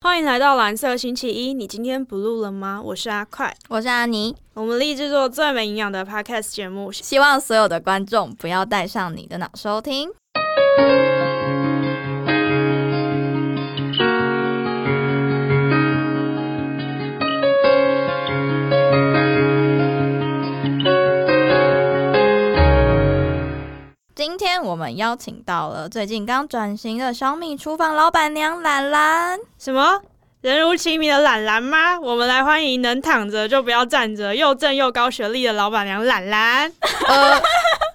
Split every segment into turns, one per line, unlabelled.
欢迎来到蓝色星期一，你今天不录了吗？我是阿快，
我是阿尼，
我们立志做最没营养的 podcast 节目。
希望所有的观众不要带上你的脑收听。今天我们邀请到了最近刚转型的小米厨房老板娘兰兰。
什么？人如其名的懒懒吗？我们来欢迎能躺着就不要站着、又正又高学历的老板娘懒懒。
呃，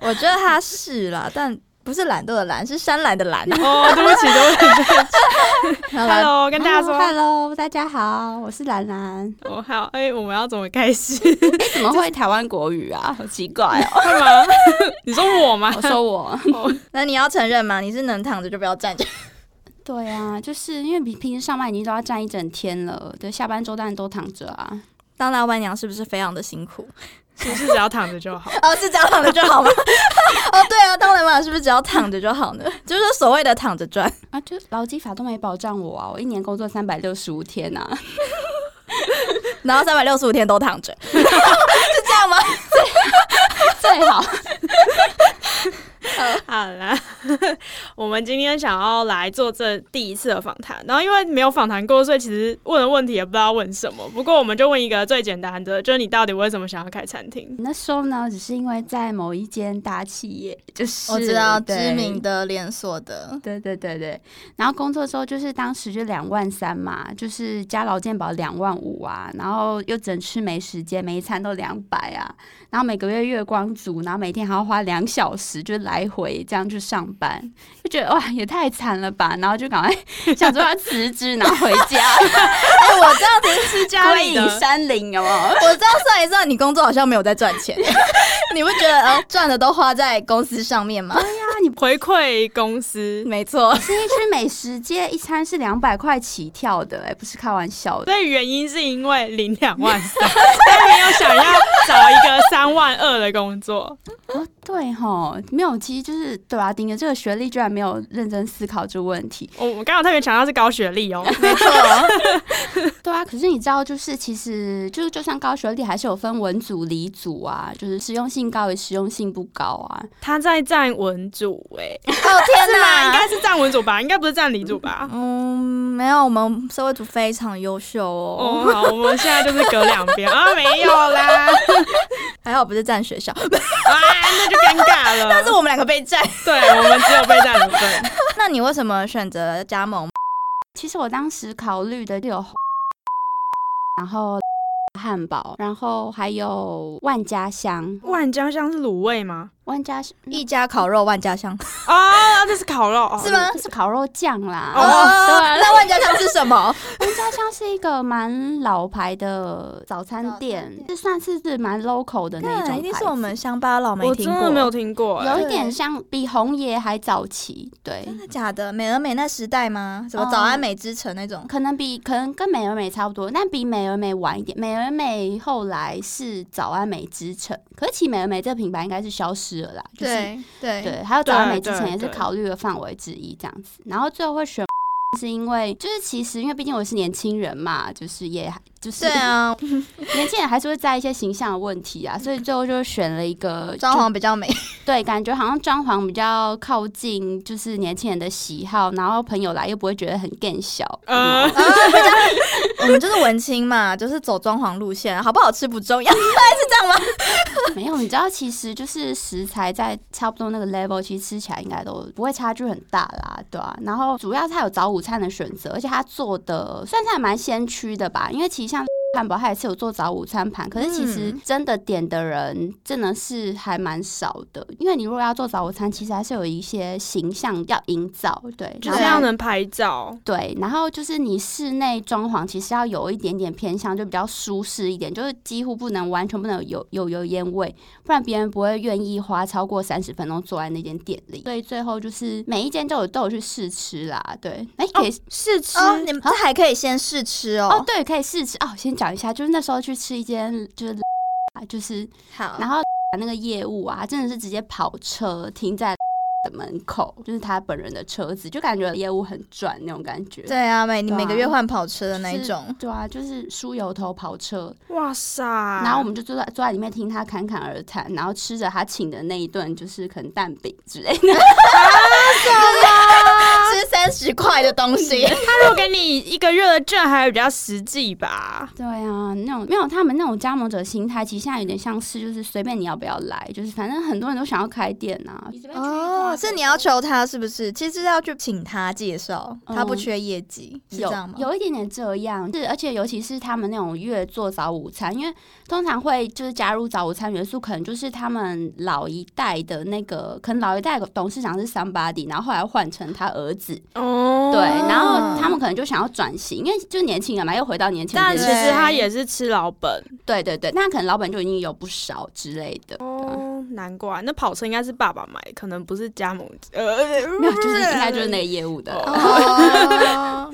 我觉得她是啦，但不是懒惰的懒，是山懒的懒。啊
哦，对不起，对不起。
好 啦
Hello，跟大家说，
Hello，大家好，我是兰兰。
我好，哎，我们要怎么开始？
你怎么会台湾国语啊？好奇怪哦！
干嘛？你说我吗？
我说 我，
那你要承认吗？你是能躺着就不要站着。
对啊，就是因为比平时上班已经都要站一整天了，对，下班之后当然都躺着啊。
当老板娘是不是非常的辛苦？
是不是只要躺着就好？
哦，是只要躺着就好吗？ 哦，对啊，当老板娘是不是只要躺着就好呢？ 就是所谓的躺着赚。
啊，就劳基法都没保障我啊，我一年工作三百六十五天呐、 啊，
然后三百六十五天都躺着，是这样吗？
最好。
好啦， 我们今天想要来做这第一次的访谈，然后因为没有访谈过，所以其实问的问题也不知道问什么。不过我们就问一个最简单的，就是你到底为什么想要开餐厅？
那时候呢，只是因为在某一间大企业，就是
我知道
对
知名的连锁的，
对对对对，然后工作之后就是当时就两万三嘛，就是加劳健保两万五啊，然后又只能吃没时间，每一餐都两百啊，然后每个月月光族，然后每天还要花两小时就来回这样去上班，就觉得哇也太惨了吧，然后就赶快 想说要辞职，然后回 家
哎、我这样子，
是家
归
里
隐
的，
山林，有没 有？
我这样算一算，你工作好像没有在赚钱， 你不觉得哦，赚的都花在公司上面吗？
回馈公司，
没错，
新一区美食街一餐是两百块起跳的、哎，不是开玩笑的。
所以原因是因为领两万 三，他没有想要找一个三万二的工作。
哦，对哈，没有，其实就是对吧、啊？顶着这个学历，居然没有认真思考这个问题。
我我刚刚特别强调是高学历哦，
没错。
对啊，可是你知道，就是其实就是就算高学历，还是有分文组、理组啊，就是实用性高与实用性不高啊。
他在站文组哎、
哦天
是吗？应
哪！
该是站文组吧，应该不是站理组吧？
嗯，没有，我们社会组非常优秀哦，
哦，好，我们现在就是隔两边啊，没有啦。
还好不是占学校，
啊，那就尴尬了。
但是我们两个被占。
对我们只有备战的份。
那你为什么选择加盟？
其实我当时考虑的就有，然后汉堡，然后还有万家香，
万家香是卤味吗？
万家香
一家烤肉万家 香
啊，这是烤肉，哦
是吗
这是烤肉酱啦。
哦
对 啊，
那万家香是什么？
万家香是一个蛮老牌的早餐
早餐
店
店，
这算是是蛮 local 的那 一
那
种
一定
牌
是我
子
们乡巴佬没
我
听
真
过，
的没有听过。哎
有一点像比红爷还早期，对，
真的假的？美而美那时代吗？什么
哦
早安美之城那种？
可能比可能跟美而美差不多，但比美而美晚一点。美而美后来是早安美之城，可是其实美而美这个品牌应该是消失了啦，就是
对
对，还有早安美之
对
城也
对
是考虑的范围之一这样子。然后最后会选，是因为就是其实因为毕竟我是年轻人嘛，就是也就是
对啊，
年轻人还是会在意一些形象的问题啊，所以最后就选了一个
装潢比较美，
对，感觉好像装潢比较靠近就是年轻人的喜好，然后朋友来又不会觉得很更小。
呃，
啊比较 我们就是文青嘛，就是走装潢路线，好不好吃不重 要，是这样吗？
没有，你知道，其实就是食材在差不多那个 level，其实吃起来应该都不会差距很大啦，对啊。然后主要它有早午餐的选择，而且它做的算是还蛮先驱的吧，因为其实像。 汉堡它也是有做早午餐盘，可是其实
嗯
真的点的人真的是还蛮少的，因为你如果要做早午餐，其实还是有一些形象要营造，对，
就
然
是
后
要能拍照。
对，然后就是你室内装潢其实要有一点点偏向，就比较舒适一点，就是几乎不能完全不能有有油烟味，不然别人不会愿意花超过三十分钟坐在那间店里。所以最后就是每一间都有都有去试吃啦，对，哎、可以、
试吃
哦，你们这
好
还可以先试吃
哦
哦。
对，可以试吃哦。先讲一下，就是那时候去吃一间就是 啊，就是
好，
然后那个业务啊，真的是直接跑车停在 的门口，就是他本人的车子，就感觉业务很赚那种感觉。
对啊，每你
对啊
每个月换跑车的
就是
那一种，
对啊，就是梳油头跑车，
哇塞！
啊
然
哦然
后我们就坐在坐在里面听他侃侃而谈，然后吃着他请的那一顿就是可能蛋饼之类的。
吃三十块的东西，
他如果给你一个月的券，还比较实际吧？
对啊，那种没有他们那种加盟者心态，其实现在有点像是就是随便你要不要来，就是反正很多人都想要开店啊。你随便去一家
哦，是你要求他是不是？其实是要去请他介绍，他不
嗯
缺业绩，是
有
这样吗？
有一点点这样，是而且尤其是他们那种月做早午餐，因为通常会就是加入早午餐元素，可能就是他们老一代的那个，可能老一代的董事长是 somebody，然后后来换成他儿子，
哦
对，然后他们可能就想要转型，因为就是年轻人嘛，又回到年轻
但
人
其
这
对
件事，
实他也是吃老本
对对对，那可能老板就已经有不少之类的。
哦，难怪那跑车应该是爸爸买，可能不是加盟，呃，
没有，就是应该就是那个业务的，
哦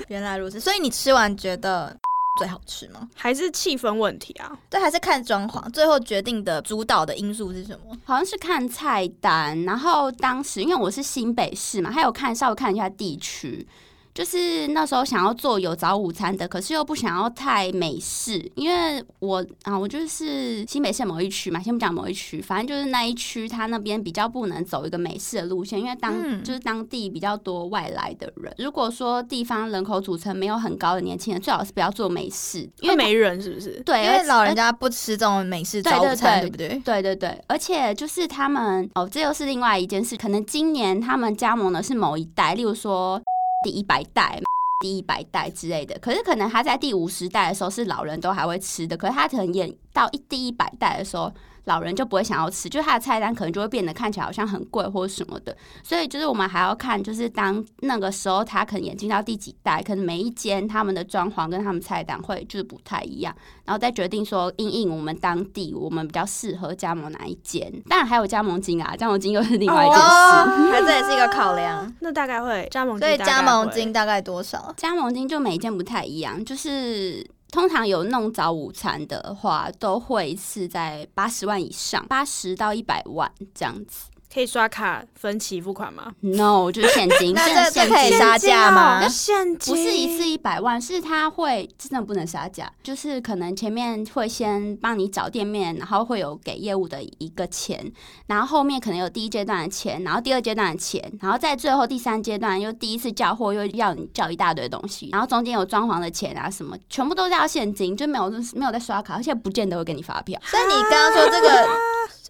哦，原来如此。所以你吃完觉得最好吃吗？
还是气氛问题啊。
对，还是看装潢，最后决定的主导的因素是什么？
好像是看菜单，然后当时因为我是新北市嘛，还有看稍微看一下地区，就是那时候想要做有早午餐的，可是又不想要太美式，因为我啊，我就是新北市的某一区嘛，先不讲某一区，反正就是那一区，它那边比较不能走一个美式的路线，因为当、
嗯
就是当地比较多外来的人，如果说地方人口组成没有很高的年轻人，最好是不要做美式，因
因为
为
没人是不是？
对，
因
而
为
且
老人家不吃这种美式
对
早
对
午餐，对
对
不对？
对对对，而且就是他们哦，这又是另外一件事，可能今年他们加盟的是某一代，例如说第一百代。 第一百代之类的，可是可能他在第五十代的时候是老人都还会吃的，可是他可能演到一第一百代的时候，老人就不会想要吃，就是他的菜单可能就会变得看起来好像很贵或什么的，所以就是我们还要看，就是当那个时候他可能演进到第几代，可能每一间他们的装潢跟他们菜单会就是不太一样。然后再决定说因应我们当地我们比较适合加盟哪一间。当然还有加盟金啊，加盟金又是另外一件事。
哦，还这也是一个考 量。
那大概会加盟金
所以
大概
加盟
会
金大概多少？
加盟金就每一间不太一样，就是通常有弄早午餐的话，都会是在八十万以上，八十到一百万这样子。
可以刷卡分期付款吗？
No，就是现金，
那
现
这
现
这可以
金
杀价吗
那？现金
不是一次一百万，是他会真的不能杀价，就是可能前面会先帮你找店面，然后会有给业务的一个钱，然后后面可能有第一阶段的钱，然后第二阶段的钱，然后在最后第三阶段又第一次叫货又要你叫一大堆东西，然后中间有装潢的钱啊什么，全部都是要现金，就没有没有在刷卡，而且不见得会给你发票。
所以你刚刚说这 个，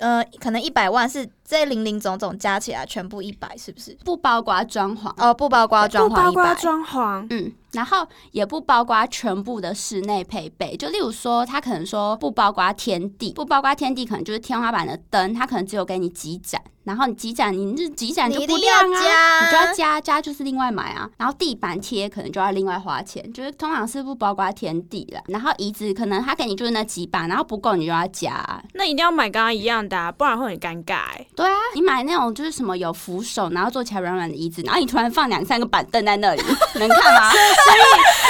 呃，可能一百万是这零零总总加起来全部一百，是不是？
不包括装潢，
哦，不包括装
不
潢
包
一
括
百，
装潢，
嗯，然后也不包括全部的室内配备，就例如说，它可能说不包括天地，不包括天地，可能就是天花板的灯，它可能只有给你几盏，然后你几盏，你这几盏
你
就
一
不
定
亮
要
啊。
加，
你就要加加就是另外买啊，然后地板贴可能就要另外花钱，就是通常是不包括天地的。然后椅子可能他给你就是那几把，然后不够你就要加啊、
那一定要买跟他一样的、啊，不然会很尴尬、欸。
对啊，你买那种就是什么有扶手，然后坐起来软软的椅子，然后你突然放两三个板凳在那里， 能看吗？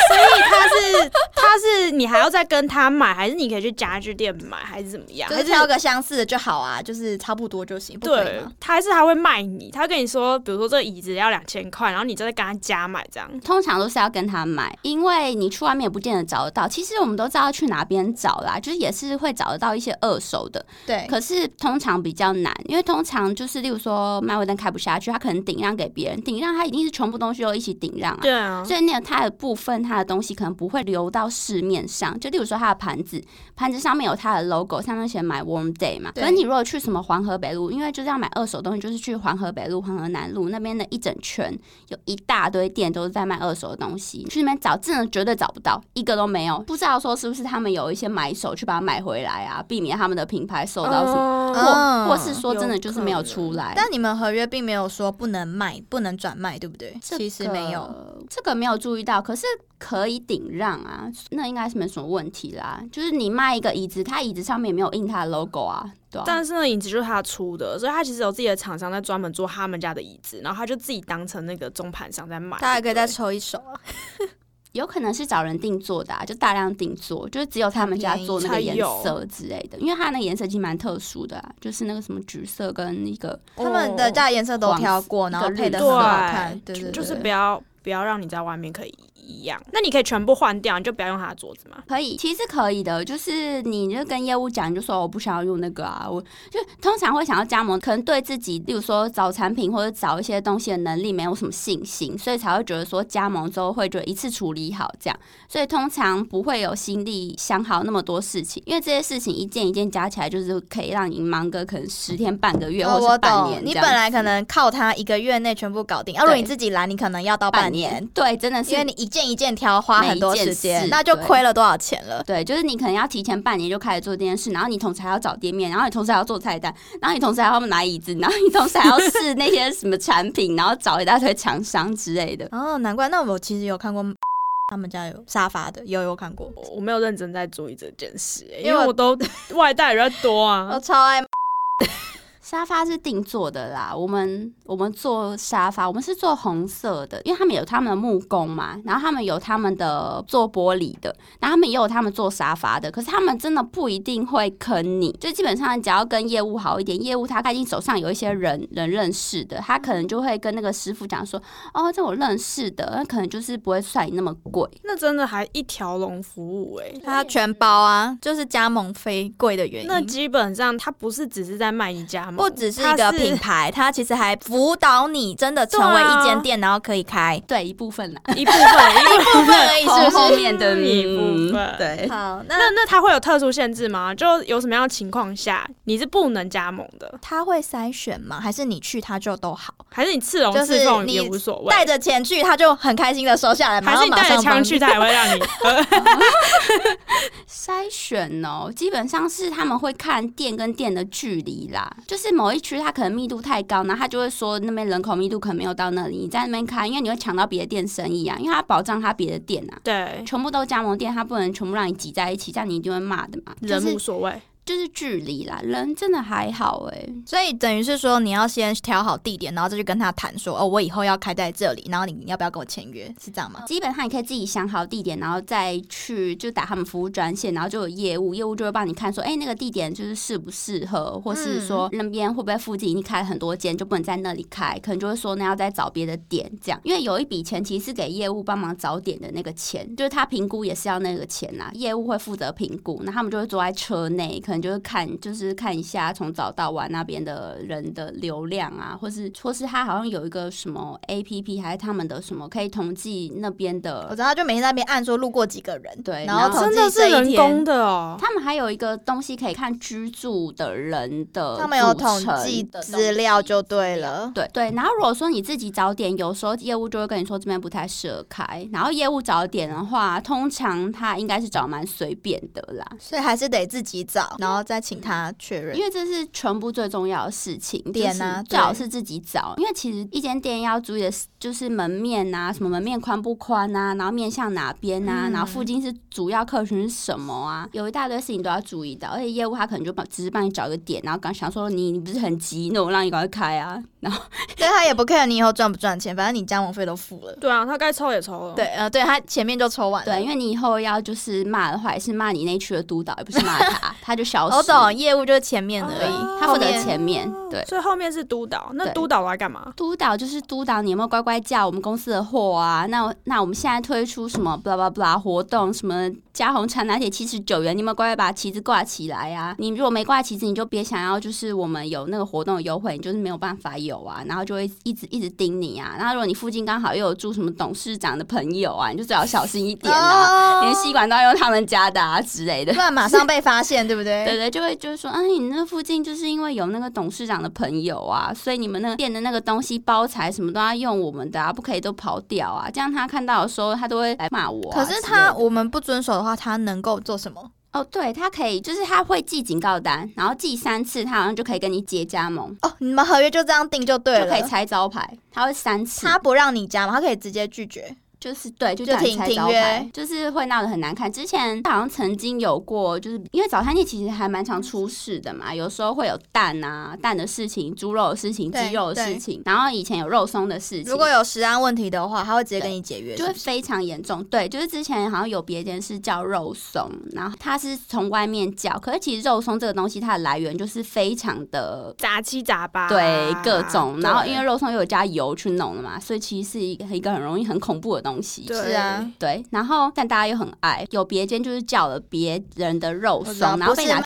所以他是他是你还要再跟他买，还是你可以去家具店买，还是怎么样？
就
还
是
是
挑个相似的就好啊，就是差不多就行，不可以
对
吗？，
他还是他会卖你，他跟你说，比如说这椅子要两千块，然后你再跟他加买这样。
通常都是要跟他买，因为你去外面也不见得找得到。其实我们都知道去哪边找啦，就是也是会找得到一些二手的，
对，
可是通常比较难，因为通常就是例如说麦味登开不下去，他可能顶让给别人，顶让他一定是全部东西都一起顶让啊。
对啊，
所以那个它的部分，它的东西可能不会流到市面上。就例如说它的盘子，盘子上面有它的 logo，上面写 My Warm Day 嘛。
对
可是你如果去什么黄河北路，因为就是要买二手东西，就是去黄河北路、黄河南路那边的一整圈，有一大堆店都是在卖二手的东西。去那边找，真的绝对找不到，一个都没有。不知道说是不是他们有一些买手去把它买回来啊，避免他们的品牌受到什么，
哦
嗯
或或是说真的就是没有出来。
但你们合约并没有说不能卖、不能转卖，对不对？
这
其实没有，
个，这个没有注意到，可是可以顶让啊，那应该是没什么问题啦。就是你卖一个椅子，它椅子上面也没有印它的 logo 啊，
哦
对啊。
但是呢，椅子就是他出的，所以他其实有自己的厂商在专门做他们家的椅子，然后他就自己当成那个中盘商在卖。
他还可以再
对
抽一手啊。
有可能是找人定做的、啊，就大量定做，就是只有他们家做那个颜色之类的，因为它那个颜色其实蛮特殊的、啊，就是那个什么橘色跟一个
他们的大颜色都挑过，
哦黄
然后配的
那
对
很好看，对对对，
就是不要不要让你在外面可以一样。那你可以全部换掉，你就不要用他的桌子嘛。
可以，其实可以的，就是你就跟业务讲，你就说我不想要用那个啊，我就通常会想要加盟，可能对自己，例如说找产品或者找一些东西的能力没有什么信心，所以才会觉得说加盟之后会觉得一次处理好这样，所以通常不会有心力想好那么多事情，因为这些事情一件一件加起来，就是可以让你忙个可能十天半个月、
哦，
或
我
是半
懂
年。
你
这
本
样子
来可能靠它一个月内全部搞定，啊，如果
对
你自己来，你可能要到半
半
年，，
对，真的是
因为你一件一件挑，花很多时
每一件
间
事，
那就亏了多少钱了？
对，就是你可能要提前半年就开始做这件事，然后你同时还要找店面，然后你同时还要做菜单，然后你同时还要拿椅子，然后你同时还要试那些什么产品，然后找一大堆厂商之类的。
哦，难怪。那我其实有看过 他们家有沙发的，有有看
嗯
过，
我我没有认真在注意这件事、欸因
因为
为
我
我 都外带人多啊
我。哦超爱。
沙发是定做的啦，我们我们做沙发，我们是做红色的，因为他们有他们的木工嘛，然后他们有他们的做玻璃的，然后他们也有他们做沙发的，可是他们真的不一定会坑你，就基本上只要跟业务好一点，业务他他已经手上有一些人人认识的，他可能就会跟那个师傅讲说，哦，这我认识的，那可能就是不会算你那么贵。
那真的还一条龙服务哎、
它全包啊，就是加盟非贵的原因。
那基本上它不是只是在卖你家吗？
不只是
它
一个品牌，它其实还辅导你真的成为
对啊
一间店，然后可以开。
对，一部分啦，
一部 分，
部分而已，
一
是
部分
不是？
后面的
一
嗯
部分。
对。
好，那
那那它会有特殊限制吗？就有什么样的情况下你是不能加盟的？
他会筛选吗？还是你去他就都好？
还是你刺龙
就是
刺凤
你
也无所谓？
带着钱去，他就很开心的收下来，
还
马
是
上
你
马
带着
上
枪
帮
去，
你。
它也会让 你呃
筛选哦，基本上是他们会看店跟店的距离啦，就是某一区它可能密度太高，然后他就会说那边人口密度可能没有到那里，你在那边开，因为你会抢到别的店生意啊，因为他保障他别的店啊，
对
全部都加盟店，他不能全部让你挤在一起，这样你一定会骂的嘛。就
人
是
无所谓。
就是距离啦，人真的还好哎、
所以等于是说，你要先挑好地点，然后再去跟他谈说，哦，我以后要开在这里，然后你要不要跟我签约？是这样吗？
基本上你可以自己想好地点，然后再去就打他们服务专线，然后就有业务，业务就会帮你看说，哎、那个地点就是适不适合，或是说那边会不会附近已经开了很多间，就不能在那里开，可能就会说那要再找别的点这样。因为有一笔钱其实是给业务帮忙找点的那个钱，就是他评估也是要那个钱啦，业务会负责评估，那他们就会坐在车内，可能就会看就是看一下从早到晚啊那边的人的流量啊，或是或是他好像有一个什么 A P P 还是他们的什么可以统计那边
哦
的
我知道，他就每天在那边按说路过几个人，
对
然
然
后
后
啊
统
真
计
的是
这一
人工
天，
的哦，
他们还有一个东西可以看居住的人的
他们有
组
统
成
计
的东
资料
西
就对了。
对对，然后如果说你自己找点，有时候业务就会跟你说这边不太适合开。然后业务找点的话，通常他应该是找蛮随便的啦，
所以还是得自己找，然后再请他确认
因。为这是全部最重要的事情。
点啊
就是最好
对
是自己找，因为其实一间店要注意的是就是门面啊，什么门面宽不宽啊，然后面向哪边啊，
嗯
然后附近是主要客群是什么啊，有一大堆事情都要注意到。而且业务他可能就帮只是帮你找一个点，然后刚想说你你不是很急，那我让你赶快开啊，然后。
对他也不 care 你以后赚不赚钱，反正你加盟费都付了。
对啊，他该抽也抽了。
对，呃，对他前面就抽完了。
对，因为你以后要就是骂的话，也是骂你那区的督导，也不是骂 他，他就消失。
我懂，业务就是前面而
哦
已，
他负责
后面
前面对。
所以后面是督导，那
对
督导来干嘛？
督导就是督导，你有没有乖乖叫我们公司的货啊？那那我们现在推出什么 blah blah blah 活动，什么加红茶拿铁七十九元，你有没有乖乖把旗子挂起来啊？你如果没挂旗子，你就别想要就是我们有那个活动的优惠，你就是没有办法有啊。然后就会一直一直盯你啊。然后如果你附近刚好又有住什么董事长的朋友啊，你就最好小心一点啊，
哦
连吸管都要用他们家的啊之类的
不。然马上被发现，对不对？
对对，就会就是说，哎，你那附近就是因为有那个董事长的朋友啊，所以你们那个店的那个东西包材什么都要用我们的啊，不可以都跑掉啊。这样他看到的时候，他都会来骂我啊、
可是
之
他
类的
我们不遵守的话，他能够做什么？
哦，对他可以，就是他会寄警告单，然后寄三次，他好像就可以跟你结加盟，
哦，你们合约就这样定就对
就
了
可以。拆招牌，他会三次。
他不让你加盟，他可以直接拒绝。
就是对，就
就
断
停
拆
停
招牌
约，
就是会闹得很难看。之前好像曾经有过，就是因为早餐店其实还蛮常出事的嘛，有时候会有蛋啊、蛋的事情、猪肉的事情、
对
鸡肉的
对
事情，然后以前有肉松的事情
如。果有食安问题的话，他会直接跟
对
你解约，
就会非常严重，对，就是之前好像有别间是叫肉松，然后它是从外面叫，可是其实肉松这个东西它的来源就是非常的
杂七杂八，
对各种，然后因为
啊对
肉松又有加油去弄的嘛，所以其实是一个一个很容易很恐怖的东西。
对
是啊，
对，然后但大家又很爱，有别间就是叫了别人的肉
我知
松，
道
然后
不
被
是
拿，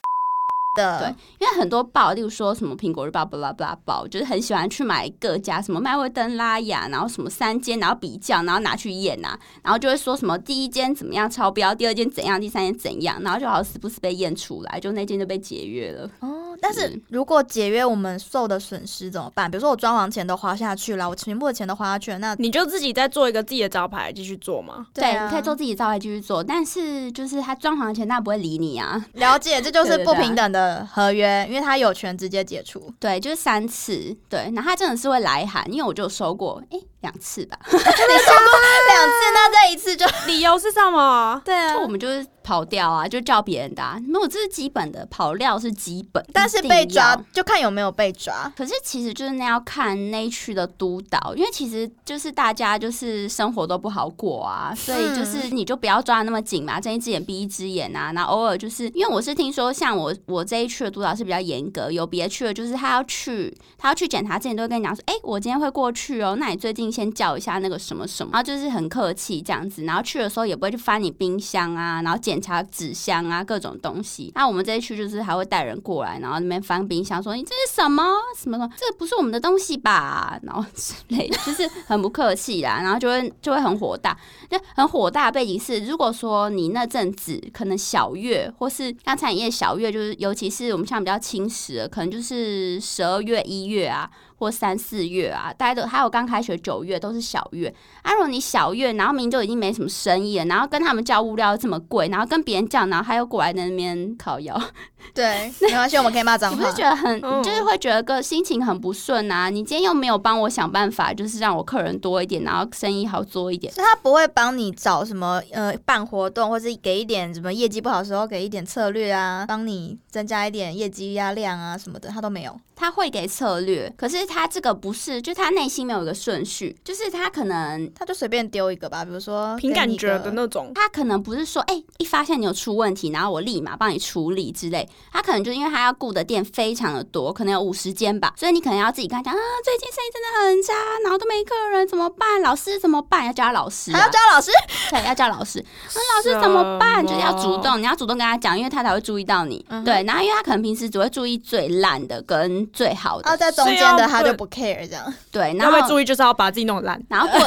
的，
因为很多报，例如说什么苹果日报、巴拉巴拉报，就是很喜欢去买各家什么麦味登、拉雅，然后什么三间，然后比较，然后拿去验啊，然后就会说什么第一间怎么样超标，第二间怎样，第三间怎样，然后就好死不死被验出来，就那间就被解约了。
哦，但是
嗯
如果解约，我们受的损失怎么办？比如说我装潢钱都花下去了，我全部的钱都花下去了，那
你就自己再做一个自己的招牌继续做嘛。
对，
啊
你可以做自己招牌继续做，但是就是他装潢前他不会理你啊。
了解，这就是
对对
不
对啊
平等的合约，因为他有权直接解 除。
对，就是三次，对，然后他真的是会来喊，因为我就有收过，哎，两次吧，
两次，那这一 次就
理由是什么？
对啊
就我们就是跑掉啊，就叫别人打、啊，没有，这是基本的，跑料是基本，
但是被抓
一定要。
就看有没有被抓。
可是其实就是那要看那一区的督导，因为其实就是大家就是生活都不好过啊，所以就是你就不要抓的那么紧嘛，睁一只眼闭一只眼啊。然后偶尔就是因为我是听说，像我我这一区的督导是比较严格，有别区的就是他要去他要去检查之前都会跟你讲说，哎、我今天会过去哦，那你最近先叫一下那个什么什么，然后就是很客气这样子，然后去的时候也不会去翻你冰箱啊，然后检查纸箱啊各种东西。那我们这一区就是还会带人过来，然后那边翻冰箱说你这是什么什么的，这不是我们的东西吧，然后之类的，就是很不客气啦， 然后就会就会很火大，就很火大的背景是，如果说你那阵子可能小月或是刚才业小月，就是尤其是我们像比较轻食的，可能就是十二月、一月啊，或三四月啊，大家都还有刚开学九月都是小月。啊，如果你小月，然后明明就已经没什么生意了，然后跟他们叫物料又这么贵，然后跟别人叫，然后他又过来那边烤窑，
对，没关系，我们可以骂脏
你不
话
是。觉得很，
嗯
就是会觉得个心情很不顺啊？你今天又没有帮我想办法，就是让我客人多一点，然后生意好做一点。
所以他不会帮你找什么呃办活动，或是给一点什么业绩不好的时候给一点策略啊，帮你增加一点业绩压量啊什么的，他都没有。
他会给策略，可是他这个不是，就他内心没有一个顺序，就是他可能。
他就随便丢一个吧，比如说
凭
给
感
你一
觉
个
的那种，
他可能不是说，哎、一发现你有出问题，然后我立马帮你处理之类。他可能就因为他要顾的店非常的多，可能有五十间吧，所以你可能要自己跟他讲啊，最近生意真的很差，然后都没客人，怎么办？老师怎么办？要叫他老师、
还
啊
要，叫老师，
对，要叫老师。
那老
是怎么办？就是要主。动，你要主动跟他讲，因为他才会注意到你。
嗯哼
对，然后因为他可能平时只会注意最烂的跟最好
然
的，
后哦在中
所以
间的
要
他就
对
不 care 这样。
对，然
那
后
会注意就是要把自己弄烂，
然后过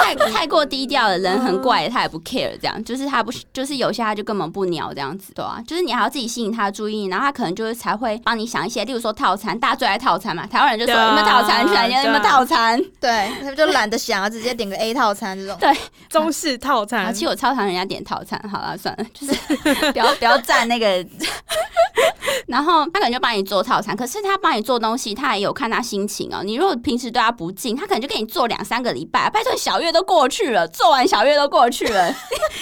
太太过低调的人很怪，他也不 care 这样，就是他不就是有些他就根本不鸟这样子，对啊，就是你还要自己吸引他的注意，然后他可能就是才会帮你想一些，例如说套餐，大家最爱套餐嘛，台湾人就说
对啊
有没有套餐，去哪间有没有
对啊
套餐，
对，他们就懒得想，直接点个 A 套餐这种。
中式套
啊，
餐
其。实我超常人家点套餐，好了， 算了，就是不要不要占那个。 然后他可能就帮你做套餐，可是他帮你做东西，他也有看他心情哦。你如果平时对他不敬，他可能就给你做两三个礼拜，拜托小月都过去了，做完小月都过去了，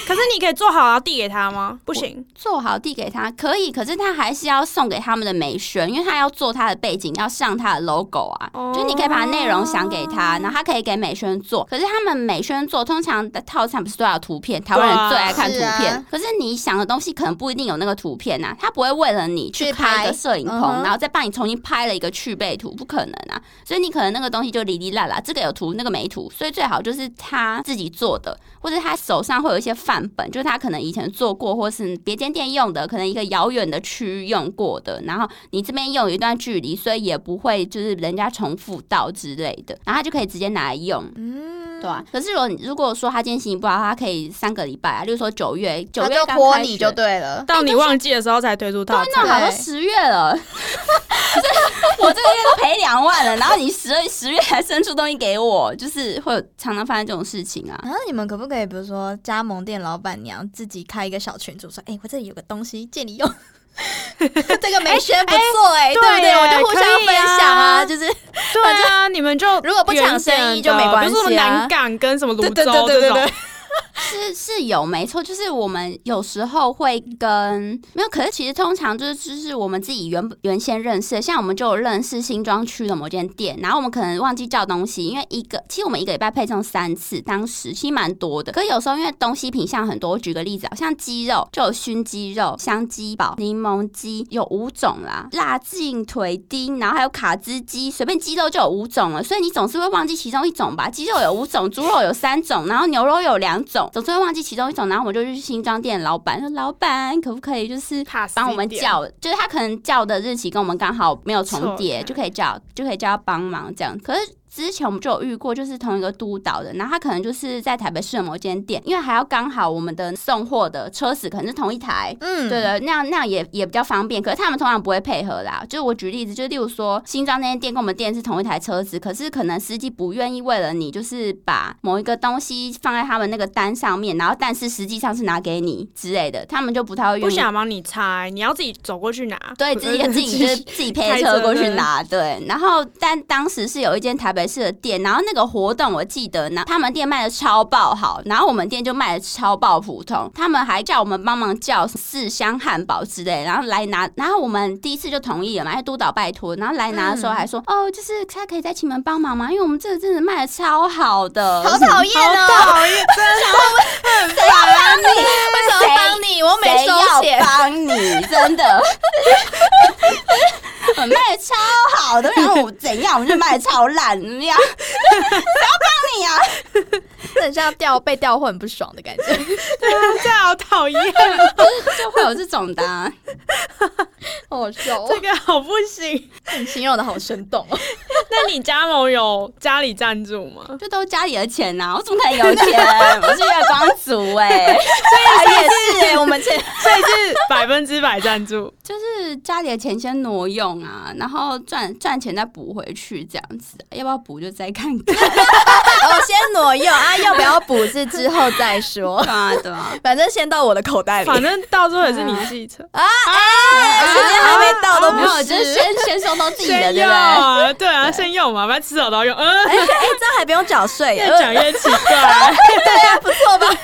可是你可以做好然啊后递给他吗？不行，
做好递给他可以，可是他还是要送给他们的美宣，因为他要做他的背景，要上他的 logo 啊。
哦
就是你可以把内容想给他，然后他可以给美宣做。可是他们美宣做通常的套餐不是都要有图片，台湾人最爱看图
是
片。
啊
可是你想的东西可能不一定有那个图片呐、他不会为了你去
去拍
开一个摄影
嗯哼
棚，然后再帮你重新拍了一个去背图，不可能啊。所以你可能那个东西就哩哩啦啦，这个有图，那个没图，所以最好就是他自己做的，或者他手上会有一些范本，就是他可能以前做过，或是别间店用的，可能一个遥远的区域用过的，然后你这边用有一段距离，所以也不会就是人家重复到之类的，然后他就可以直接拿来用。
嗯，
对啊，可是如果你如果说他今天心情不好，他可以三个礼拜啊，例如说九月，九
他
月
就
刚
泼
开
你
学
就对了。
到你忘记的时候才推出套餐。
那好都
对
十月了， 可是我这个月都赔两万了，然后你十十月还生出东西给我，就是会有常常发生这种事情啊。
然后你们可不可以，比如说加盟店老板娘自己开一个小群组，说：“哎、我这里有个东西借你用。 这个没学不做哎、对不对？
对耶
我就互相
可以
分享啊，
啊
就是
对啊，你们就
如果不抢生意就没关系啊
比如说什么南港跟什么泸州
对对对
这
对
种
对，
是是有没错，就是我们有时候会跟没有，可是其实通常就是就是我们自己原原先认识的，像我们就有认识新庄区的某间店，然后我们可能忘记叫东西，因为一个其实我们一个礼拜配送三次，当时其实蛮多的。可是有时候因为东西品相很多，我举个例子啊，像鸡肉就有熏鸡肉、香鸡堡、柠檬鸡，有五种啦，辣劲腿丁，然后还有卡兹鸡，随便鸡肉就有五种了，所以你总是会忘记其中一种吧？鸡肉有五种，猪肉有三种，然后牛肉有两种，总是会忘记其中一种。然后我们就去新庄店，老板说：“老板，可不可以就是
怕死
帮我们
一点
叫，就是他可能叫的日期跟我们刚好没有重叠，
错开
就可以叫，就可以叫他帮忙这样。可是之前我们就有遇过，就是同一个督导的，然后他可能就是在台北市的某间店，因为还要刚好我们的送货的车子可能是同一台，
嗯，
对的，那样那样也也比较方便。可是他们通常不会配合啦。就是我举例子，就例如说新庄那间店跟我们店是同一台车子，可是可能司机不愿意为了你，就是把某一个东西放在他们那个单上面，然后但是实际上是拿给你之类的，他们就不太会
不
愿意。
想帮你猜，你要自己走过去拿。
对，自
呃
己自己就是自己开车过去拿，对。然后，但当时是有一间台北市的店，然后那个活动我记得呢，他们店卖的超爆好，然后我们店就卖的超爆普通。他们还叫我们帮忙叫四香汉堡之类，然后来拿。然后我们第一次就同意了嘛，因为督导拜托，然后来拿的时
嗯
候还说，哦，就是他可以再请你们帮忙吗？因为我们这个真的卖的超好的，
好讨厌哦，
讨 厌，
谁要你？
为什么帮你？我没
谁
收
要
钱，
帮 你，真的。我卖的超好的，然后我怎样，我就卖的超烂，怎么样？谁要帮你啊？
很像调被调货很不爽的感觉。
这好讨厌，
就会有这种的啊、
好笑哦
这个好不行。
你形容的好生动哦。
那你加盟有家里赞助吗？
就都家里的钱呐、我怎么可能有钱？我是月光 族哎、
啊
所以也是、欸、我 们这
所以是百分之百赞助。
就是家里的钱先挪用啊，然后赚赚钱再补回去这样子，要不要补就再看看
我先挪用啊，要不要补是之后再说，
对啊对 啊。
反正先到我的口袋里。
反正啊到最后也是你继承，
哎时间还啊没到都
没
不
有，就是
是，
先先收到自 己的，
先
对
用
不对？
啊，对啊，先用嘛，反正迟早都要用。嗯，
哎哎，这样还不用缴税耶
越讲越奇怪。
对呀、不错吧？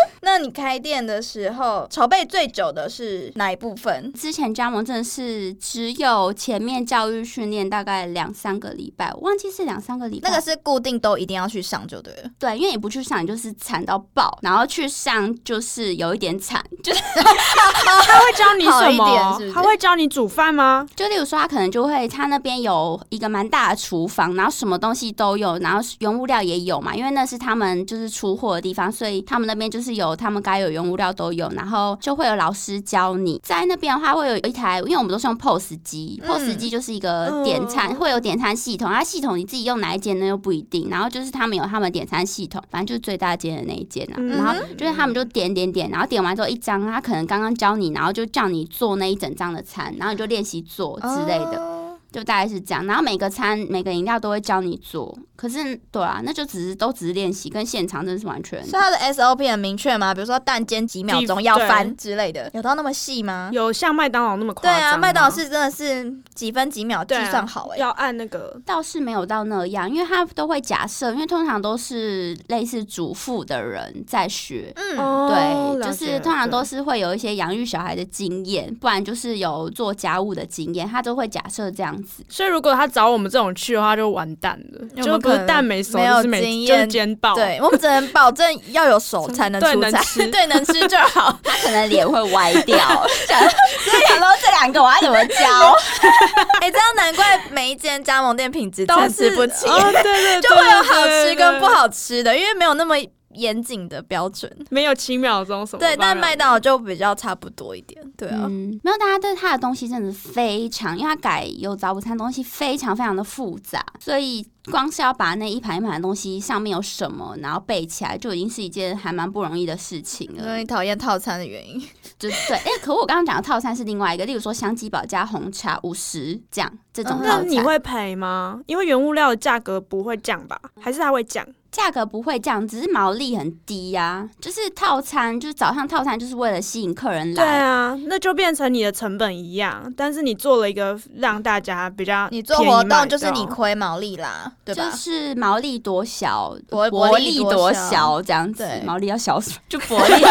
那你开店的时候，筹备最久的是哪一部分？
之前加盟真的是只有前面教育训练大概两三个礼拜，我忘记是两三个礼拜。
那个是固定都一定要去上就对了，
对，因为你不去上，你就是惨到爆，然后去上就是有一点惨，就是
他会教你什
好一点是
么
不是？
他会教你煮饭吗？
就例如说他可能就会他那边有一个蛮大的厨房，然后什么东西都有，然后原物料也有嘛，因为那是他们就是出货的地方，所以他们那边就是有他们该有原物料都有，然后就会有老师教你。在那边的话会有一台，因为我们都是用 POS 机、
嗯
p o s 机就是一个点餐，
嗯
会有点餐系统，它系统你自己用哪一间呢又不一定。然后就是他们有他们点餐系统，反正就是最大间的那一间啊。
嗯
然后就是他们就点点点，然后点完之后一张，他可能刚刚教你，然后就叫你做那一整张的餐，然后你就练习做之类的，
哦
就大概是这样。然后每个餐每个饮料都会教你做，可是对啊，那就只是都只是练习，跟现场真的是完全
所以它的 SOP 很明确吗？比如说蛋煎几秒钟
几
要翻之类的，有到那么细吗？
有像麦当劳那么夸
对
张吗？
啊，麦当劳是真的是几分几秒计
对啊
算好哎、
要按那个
倒是没有到那样，因为他都会假设，因为通常都是类似主妇的人在学。
嗯，
哦
对，
了
就
解
是通常都
对
是会有一些养育小孩的经验，不然就是有做家务的经验，他都会假设这样子。
所以如果他找我们这种去的话，就完蛋了，
我
就
们
不
可
是
能
蛋没熟，
没有
就是
经
没就
验
是煎爆。
对，我们只能保证要有手才能
对
出
能
菜，
吃
对，能吃就 好。
他可能脸会歪掉， 想所以想说这两个我要怎么教？
哎、这样难怪每一间加盟店品质参差不齐。
哦，对对，对
就会有好
对对
吃跟不
对
好吃的，因为没有那么严谨的标准。
没有七秒钟什么。
对，但麦
麦
当劳就比较差不多一点。对啊，
嗯，没有，大家对他的东西真的非常，因为他改有早午餐东西非常非常的复杂，所以光是要把那一盘一盘的东西上面有什么，然后背起来，就已经是一件还蛮不容易的事情
因为
了。
你讨厌套餐的原因。
就对，哎、可我刚刚讲的套餐是另外一个，例如说香鸡堡加红茶五十这样这种
嗯
套
那
餐，
你会赔吗？因为原物料的价格不会降吧？还是它会降？
价格不会降，只是毛利很低呀、就是套餐，就是早上套餐就是为了吸引客人
对
来。
啊，那就变成你的成本一样，但是你做了一个让大家比较
你做
便宜
活
买
动就是
到
你亏毛利啦，对
就
吧？
是毛利多小，
薄薄
薄
利
利
多
多
销
小这样子
对，
毛利要小， 就薄利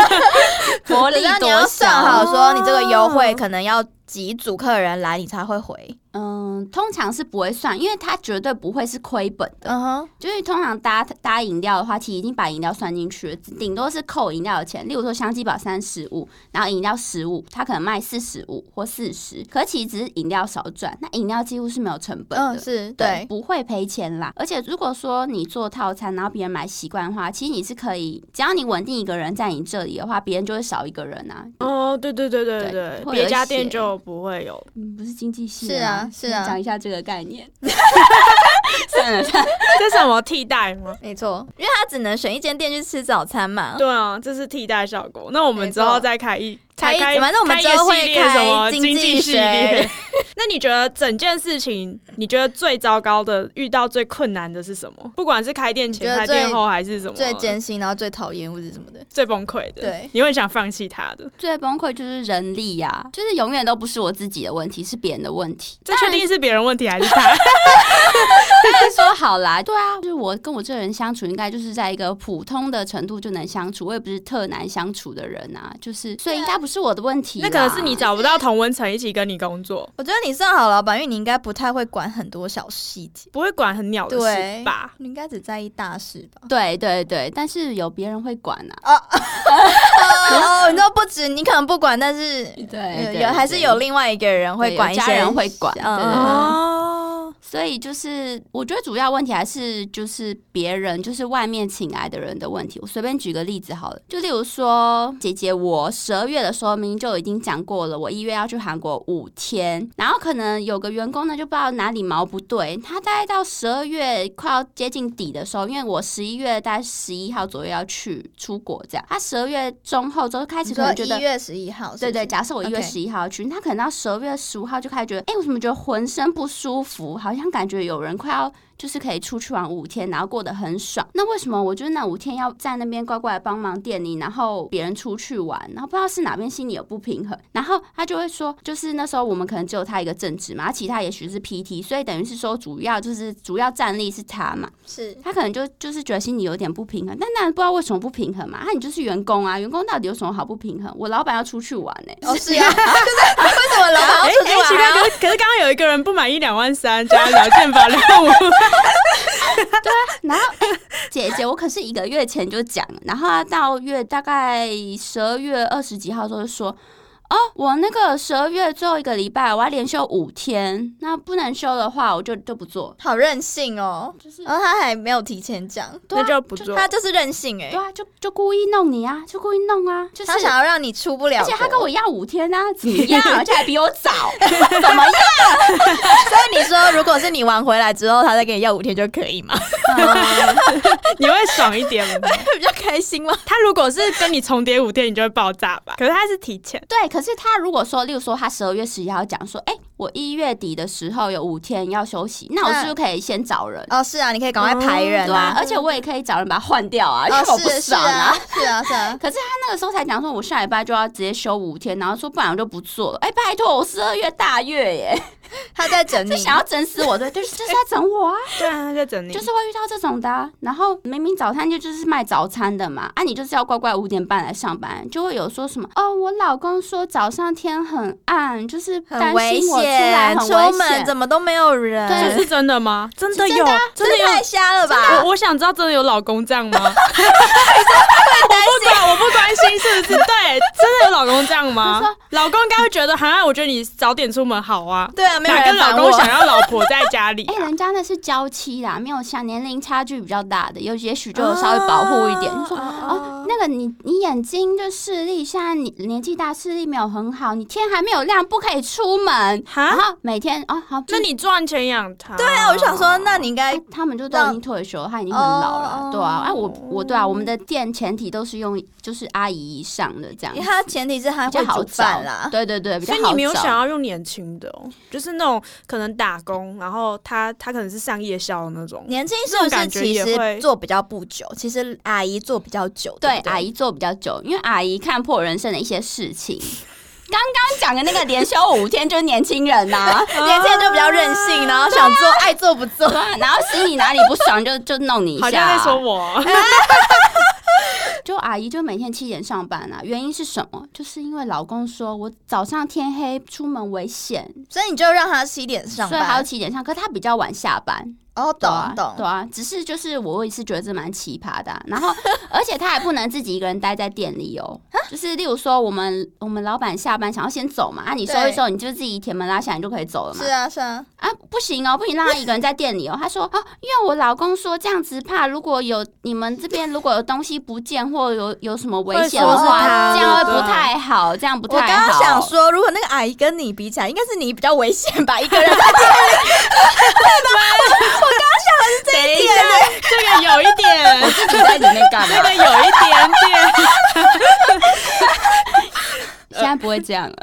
薄利
只要你
多
要算
销
好。说你这个优
哦
惠可能要几组客人来，你才会回。
嗯，通常是不会算，因为它绝对不会是亏本的。
嗯哼，
就是通常搭搭饮料的话，其实已经把饮料算进去了，顶多是扣饮料的钱。例如说香鸡堡三十五，然后饮料十五，它可能卖四十五或四十，可其实只是饮料少赚，那饮料几乎是没有成本的。
嗯，是
对，
对，
不会赔钱啦。而且如果说你做套餐，然后别人买习惯的话，其实你是可以，只要你稳定一个人在你这里的话，别人就会少一个人啊。
哦，对对对对
对
对，
会有
别
一
家店
些
就不会有。
嗯，不是经济系
是
的
啊是啊
讲一下这个概念。算了算了，
这什么替代吗？
没错，因为他只能选一间店去吃早餐嘛。
对啊，这是替代效果。那我们
没
之后
错
再开一
开一
开，
反正我们
开
之
一个
后
系
会
列
开
什么
经
经
济
济系
学
列。 那你觉得整件事情，你觉得最糟糕的、遇到最困难的是什么？不管是开店
我觉
前、
得
开店
最
后，还是什么
最艰辛，然后最讨厌或者什么的。
最崩溃的，
对，
你会想放弃它的。
最崩溃就是人力呀、就是永远都不是我自己的问题，是别人的问题。
这确定是别人问题还是他？
但是说好啦，对啊，就是我跟我这个人相处，应该就是在一个普通的程度就能相处，我也不是特难相处的人啊，就是所以应该不是我的问题啦。
那可能是你找不到同温层一起跟你工作，
我觉得你算好老板，因为你应该不太会管很多小细节，
不会管很鸟的
对
事吧？
你应该只在意大事吧？
对对对，但是有别人会管啊。
哦，你都不止，你可能不管，但是
对
有
对，
有还是有另外一个人会
对
管一
有
些，
家人会管
嗯
对
嗯嗯
哦，
所以就是，我觉得主要问题还是就是别人，就是外面请来的人的问题。我随便举个例子好了，就例如说，姐姐，我十二月的时候明明就已经讲过了，我一月要去韩国五天，然后可能有个员工呢就不知道哪里毛不对，他大概到十二月快要接近底的时候，因为我十一月大概十一号左右要去出国，这样，他十二月中后之后开
你
始可能
说
觉得
一月十一号是不
对
是，
对，假设我一月
OK
十一号去，他可能到十二月十五号就开始觉得，哎、我怎么觉得浑身不舒服？好像感觉有人快要就是可以出去玩五天，然后过得很爽。那为什么我就是那五天要在那边乖乖地帮忙店里，然后别人出去玩，然后不知道是哪边心里有不平衡，然后他就会说，就是那时候我们可能只有他一个正职嘛，其他也许是 PT，所以等于是说主要就是主要战力是他嘛。
是
他可能就就是觉得心里有点不平衡，但当然不知道为什么不平衡嘛。那、你就是员工啊，员工到底有什么好不平衡？我老板要出去玩欸呢、
哦是啊， 就是为什么老
哦
板
哎
要出去
哎，奇怪，
玩
可
啊？
是可是刚刚有一个人不满意两万三，加聊健保两万五，
然后、哎姐姐，我可是一个月前就讲，然后她到月大概十二月二十几号的时候就说。哦，我那个十二月最后一个礼拜我要连休五天，那不能休的话我就就不做，
好任性哦，
就是
然后他还没有提前讲，
那就不做。
他就是任性哎
啊对，啊，就就故意弄你啊，就故意弄啊，就是
他想要让你出不了
而
国，
且他跟我要五天啊，怎么样？而且还比我早，怎么样？
所以你说如果是你玩回来之后，他再给你要五天就可以吗？
你会爽一点吗？
比较开心吗？
他如果是跟你重叠五天，你就会爆炸吧？可是他是提前，
对，可是他如果说，例如说他十二月十一号讲说，哎、我一月底的时候有五天要休息，那我
嗯
是不是可以先找人？
哦，是啊，你可以赶快排人
对啊，
啊。
而且我也可以找人把他换掉啊，因为我
哦，
不
是是
爽
啊，是啊，是啊，
可是他那个时候才讲说，我下礼拜就要直接休五天，然后说不然我就不做了。哎、拜托，我十二月大月耶，
他在整
就
你，
想要整死 我对，就是就是在整我啊，
对啊，他在整你。
就是会遇到这种的啊、然后明明早餐店就是卖早餐的嘛，啊，你就是要乖乖五点半来上班，就会有说什么哦，我老公说早上天很暗，就是
很
担
危
心我出来
险，
很
出
危
门
险。
怎么都没有人，
这
对
是真的吗？真的
真
有
的啊，
真的
这太
有。
瞎了吧？
我我想知道，真的有 老公这样吗？我不管，我不关心是不是？对，真的有老公这样吗
他说？
老公应该会觉得，哈，我觉得你早点出门好啊。
对啊，没有
哪
人
跟老
烦
公
我。
想要老婆在家里
哎、
啊？
人家那是娇妻啦，没有像年龄差距比较大的，有也许就有稍
啊
微保护一点，就说哦，那个你你眼睛就视力，现在你年纪大，视力没有很好，你天还没有亮，不可以出门。然
哈，
后每天哦好，
那
就
你赚钱养他？
哎对啊，我
哦
就想说，那你应该
哎他们就都已经退休了，他已经很
哦
老了，对啊，哎、我我对啊，我们的店前提都是用就是阿姨以上的这样
哦
因为，他前提是他
比
会
较好
煮
找
饭啦。
对对对，比较
所以
好找。
你没有想要用年轻的哦，就是那种可能打工，然后他他可能是上夜宵的那种。
年轻
这
是
种
不是
感觉
其
也会
实做比较不久？其实阿姨做比较久，
对
不对
阿姨做比较久，因为阿姨看破人生的一些事情。刚刚讲的那个连休五天就是年轻人呐、
年轻人就比较任性，然后想做爱做不做
对。啊，然后心里哪里不爽就就弄你一
好
下、
像在说我
哎
哦，
就阿姨就每天七点上班啊，原因是什么？就是因为老公说我早上天黑出门危险，
所以你就让他七点上
所以还要
班。
七点上，可她比较晚下班，
哦，
对
懂
啊对
懂。
啊，只是就是我也是觉得这蛮奇葩的啊、然后而且她还不能自己一个人待在店里 哦，
啊
就是例如说我们我们老板下班想要先走嘛，啊你收一
对
收，你就自己铁门拉下来你就可以走了嘛
是，啊是啊，
啊，不行哦，不行，让他一个人在店里哦。他说哦，因为我老公说这样子怕，如果有你们这边如果有东西不见或有有什么危险
会
的
说是
话，
他
这样会不
对
太好，这样不
我
太好。
刚刚想说，如果那个阿姨跟你比起来，应该是你比较危险 吧，一个人在
等一
店
下，
里。
这个有一 点，
自己在里面干
这
嘛？
个有一点点。
现在不会这样了。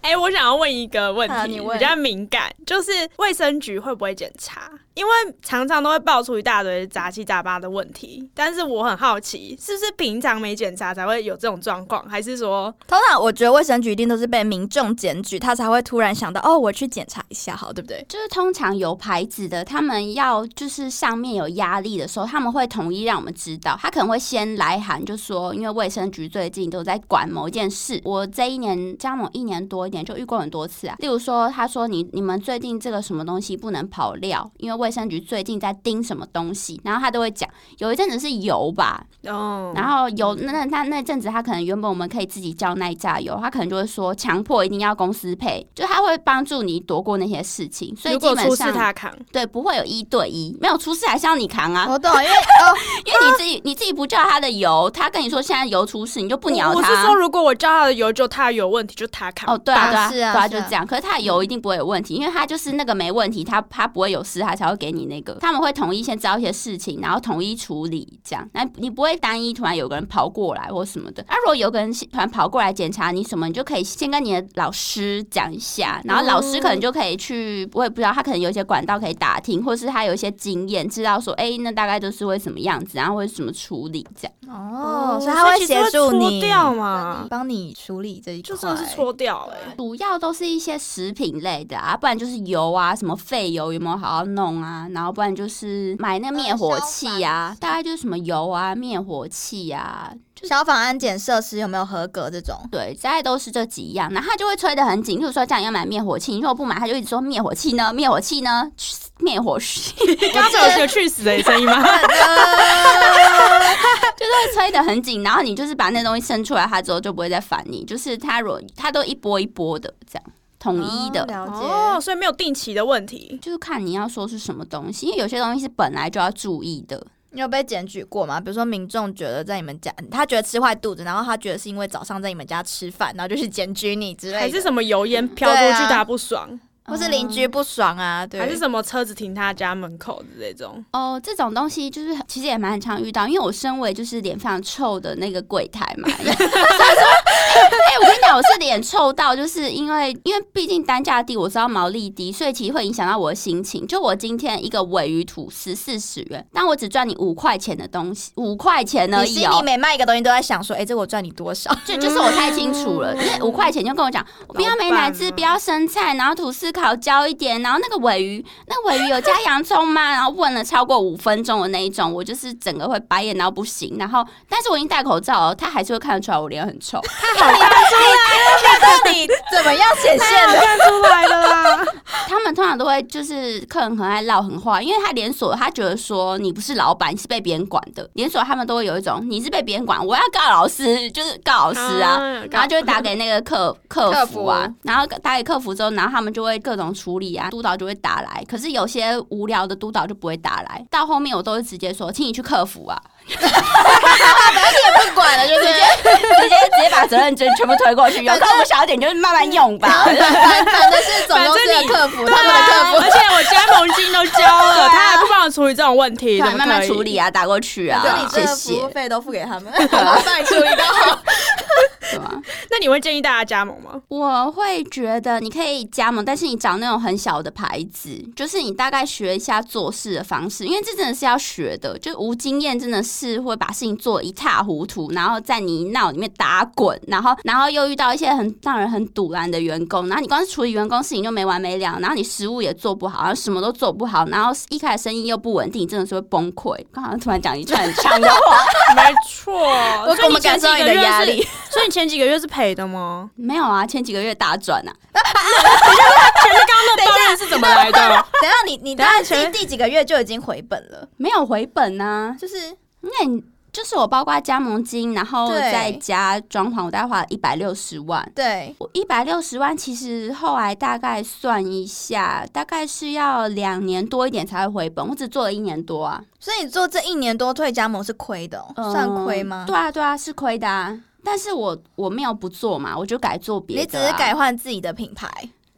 哎，我想要问一个问
好
题，
你问
比较敏感，就是卫生局会不会检查？因为常常都会爆出一大堆杂七杂八的问题，但是我很好奇，是不是平常没检查才会有这种状况，还是说
通常我觉得卫生局一定都是被民众检举，他才会突然想到，哦，我去检查一下，好，对不对？
就是通常有牌子的，他们要就是上面有压力的时候，他们会统一让我们知道。他可能会先来函，就说因为卫生局最近都在管某一件事。我这一年加盟一年多一点，就遇过很多次啊。例如说，他说你你们最近这个什么东西不能跑料，因为卫生局最近在盯什么东西，然后他都会讲。有一阵子是油吧，
嗯，
然后油那那那那阵子，他可能原本我们可以自己叫那一架油，他可能就会说强迫一定要公司配，就他会帮助你躲过那些事情，所以
如
基
果
本
出事
上
他扛，
对不会有一对一，没有出事还是要你扛啊，
我懂，因为哦，
因为你自己你自己不叫他的油，他跟你说现在油出事，你就不鸟
我我是
他
说，。如果我叫他的油，就他有问题，就他扛。
哦，对啊，对啊，
是
对
啊
啊，
是
就
啊
这样。可是他的油一定不会有问题，因为他就是那个没问题，他他不会有事，他才会给你那个。他们会统一先知道一些事情，然后统一处理这样。那你不会单一突然有个人跑过来或什么的。那如果有个人突然跑过来检查你什么，你就可以先跟你的老师讲一下，然后老师可能就可以去，我也不知道，他可能有一些管道可以打听，或是他有一些经验，知道说，哎、那大概都是会什么样子，然后会怎么处理这样。
哦，所以他会
其实
协助
搓
你，
掉嘛，
帮你处理这一块，
就真的是搓掉哎、
主要都是一些食品类的啊，不然就是油啊，什么废油有没有好好弄啊？然后不然就是买那灭火器
呃消
啊
防，
大概就是什么油啊、灭火器啊，就
消防安检设施有没有合格这种？
对，大概都是这几样。然后他就会催得很紧，就是说这样要买灭火器，你如果不买，他就一直说灭火器呢，灭火器呢，去死灭火器， 就
欸。刚刚有有去死的声 音吗？
是会催得很紧。然后你就是把那东西伸出来，他之后就不会再烦你。就是他如果他都一波一波的这样统一的，
哦了解。
哦，所以没有定期的问题。
就是看你要说是什么东西，因为有些东西是本来就要注意的。
你有被检举过吗？比如说民众觉得在你们家，他觉得吃坏肚子，然后他觉得是因为早上在你们家吃饭，然后就去检举你之类的，
还是什么油烟飘出
对
去
啊
他不爽，
或是邻居不爽啊？对，
还是什么车子停他家门口之类这
嗯
种，
哦，这种东西就是其实也蛮常遇到，因为我身为就是脸非常臭的那个柜台嘛， 所以说，哎、我跟你讲，我是脸臭到，就是因为因为毕竟单价低，我知道毛利低，所以其实会影响到我的心情。就我今天一个尾鱼吐司四十元，但我只赚你五块钱的东西，五块钱而
你
已
心里
哦，
每卖一个东西都在想说，哎、这我赚你多 少？
就就是我太清楚了，因为五块钱就跟我讲，我不要美乃
嗯
滋，
老板啊
不要生菜，然后吐司烤焦一点，然后那个尾鱼，那个尾鱼有加洋葱吗？ 然后问了超过五分钟的那 一种，我就是整个会白眼到不行。然后，但是我已经戴口罩了，他还是会看得出来我脸很臭，
看你看出来了，你到底怎么样显现的？
看出来的啦。
他们通常都会就是客人很爱唠狠话，因为他连锁，他觉得说你不是老板，你是被别人管的。连锁他们都会有一种你是被别人管，我要告老师，就是告老师啊。
嗯
然后就会打给那个客客
客
服啊
服，
然后打给客服之后，然后他们就会各种处理啊，督导就会打来。可是有些无聊的督导就不会打来，到后面我都是直接说，请你去客服啊，
也不管了，就是
直接直接把责任就全部推过去，有客户小点就是慢慢用吧。
反反正是总公司的客服，他们的客服
而且我加盟金都交了，他还不帮我处理这种问题，
对
怎么
慢慢
可以
处理啊，打过去啊
跟你，这个
谢
服务
谢，
费都付给他们，我帮你处理到好。
对吧？
那你会建议大家加盟吗？
我会觉得你可以加盟，但是你找那种很小的牌子，就是你大概学一下做事的方式，因为这真的是要学的。就无经验真的是会把事情做得一塌糊涂，然后在泥淖里面打滚，然后然后又遇到一些很让人很堵然的员工，然后你光是处理员工事情就没完没了，然后你食物也做不好，然后什么都做不好，然后一开始生意又不稳定，真的是会崩溃。刚好像突然讲一串 很长的话，
没错，
我
所以
我们感受到你的压力
前几个月是，所以你前几个月是赔的吗？
没有啊，前几个月大转啊，
那当然是怎么来的？
等一下你你
等一下
大概第
全
第几个月就已经回本了，
没有回本啊。
就是
那你就是我包括加盟金，然后
对
再加装潢，我大概花了一百六十万。
对
我一百六十万，其实后来大概算一下，大概是要两年多一点才会回本。我只做了一年多啊，
所以你做这一年多退加盟是亏的、哦，
嗯
算亏吗？
对啊，对啊，是亏的啊。但是我我没有不做嘛，我就改做别
你
的
只
啊、
是改换自己的品牌，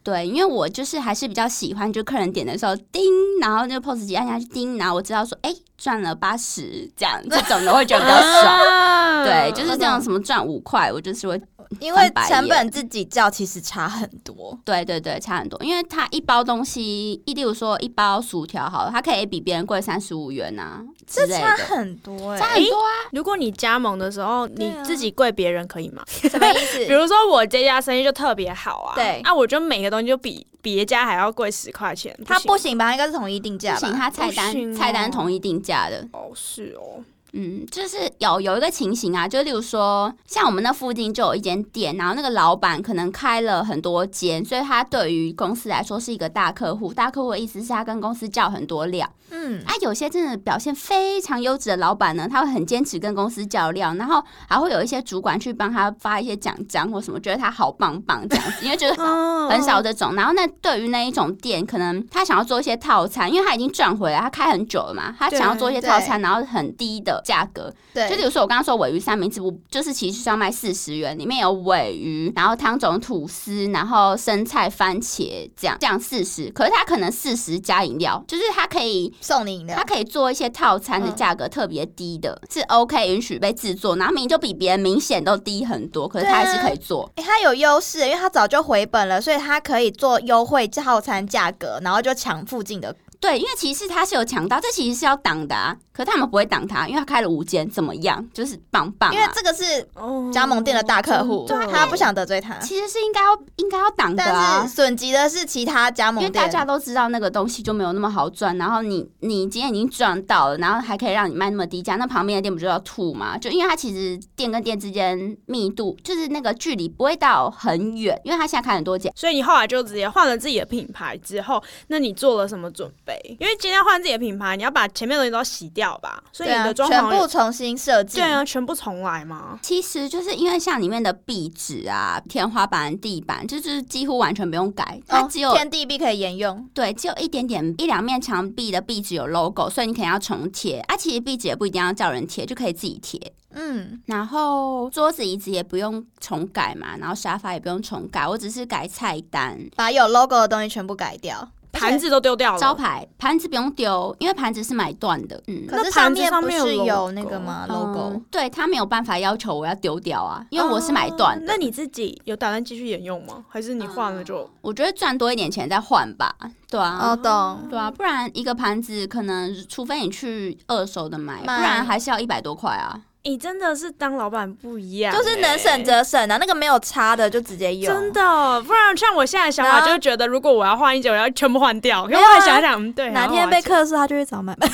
对，因为我就是还是比较喜欢，就客人点的时候叮，然后那个 POS 机按下去叮，然后我知道说，哎、赚了八十这样，这种的会觉得比较
啊
爽。
嗯
爽
对，就是
我
这种
懂
什么赚五块，我就是会
因为
翻白眼
成本自己叫其实差很多。
对对对，差很多，因为它一包东西，一例如说一包薯条好了，它可以比别人贵三十五元啊之
这
类
差
的，
很多哎、
差很多啊。
如果你加盟的时候，
对
你
啊
自己贵别人可以吗？
什么意
比
思？
如说我这家生意就特别好啊，
对
啊，我觉得每个东西就比别家还要贵十块钱，
它
不
不行吧？应该是统一定价
不行，
吧？
它菜
不行
单
哦
菜单统一定价的，
哦是哦，
嗯，啊就是有有一个情形啊，就例如说，像我们那附近就有一间店，然后那个老板可能开了很多间，所以他对于公司来说是一个大客户。大客户的意思是他跟公司叫很多料，
嗯，
啊，有些真的表现非常优质的老板呢，他会很坚持跟公司较量，然后还会有一些主管去帮他发一些奖章或什么，觉得他好棒棒这样子，因为觉得
嗯
很少这种。然后那对于那一种店，可能他想要做一些套餐，因为他已经赚回来，他开很久了嘛，他
对
想要做一些套餐，然后很低的价格，
对，
就比如说我刚刚说尾鱼三明治，我就是其实是要卖四十元，里面有尾鱼，然后汤种吐司，然后生菜、番茄这样这样四十，可是他可能四十加饮料，就是他可以
送你饮料
它，可以做一些套餐
嗯
的价格特别低的，是 OK 允许被制作，然后明明就比别人明显都低很多，可是它还是可以做。
哎、它有优势，因为它早就回本了，所以它可以做优惠套餐价格，然后就抢附近的。
对，因为其实它是有抢到，这其实是要挡的、啊，可是他们不会挡它，因为它开了五间，怎么样，就是棒棒、啊。
因为这个是
哦
加盟店的大客户，
真的
他不想得罪他。
其实是应该要应该要挡的
但
啊
是。损及的是其他加
因
盟
为
店，
大家都知道那个东西就没有那么好赚，然后你你今天已经赚到了，然后还可以让你卖那么低价，那旁边的店不就要吐吗？就因为它其实店跟店之间密度就是那个距离不会到很远，因为它现在开很多间。
所以你后来就直接换了自己的品牌之后，那你做了什么准备？因为今天换自己的品牌，你要把前面的东西都洗掉吧，所以
对
你
啊，
的装
全
潢
部
也
重新设计。哦
对啊，全部重来吗？
其实就是因为像里面的壁纸啊、天花板、地板，这就是几乎完全不用改，它
哦，
只有、
天地必可以沿用，
对，只有一点点一两面墙壁的壁纸有 logo，所以你可能要重贴。啊，其实壁纸也不一定要叫人贴，就可以自己贴。
嗯，
然后桌子、椅子也不用重改嘛，然后沙发也不用重改，我只是改菜单、
把有 logo 的东西全部改掉。
盘子都丢掉了，
招牌、盘子不用丢，因为盘子是买断的。嗯。
可
那
是
盘子
面
上
不
面有
是
logo
有那个吗？logo
嗯对他没有办法要求我要丢掉啊，因为我是买断
哦
的。
那你自己有打算继续沿用吗？还是你换了就？
我觉得赚多一点钱再换吧，对啊。
哦，懂。
对啊，不然一个盘子可能，除非你去二手的买，不
买
然还是要一百多块啊。
你哎真的是当老板不一样欸，
就是能省则省啊，那个没有差的就直接用。
真的，不然像我现在的想
然
法，
后
就觉得如果我要换一件，我要全部换掉。可是我
没有啊
还想一想，嗯，对，
哪
然后
天
我
被
还
克诉，他就去找买卖。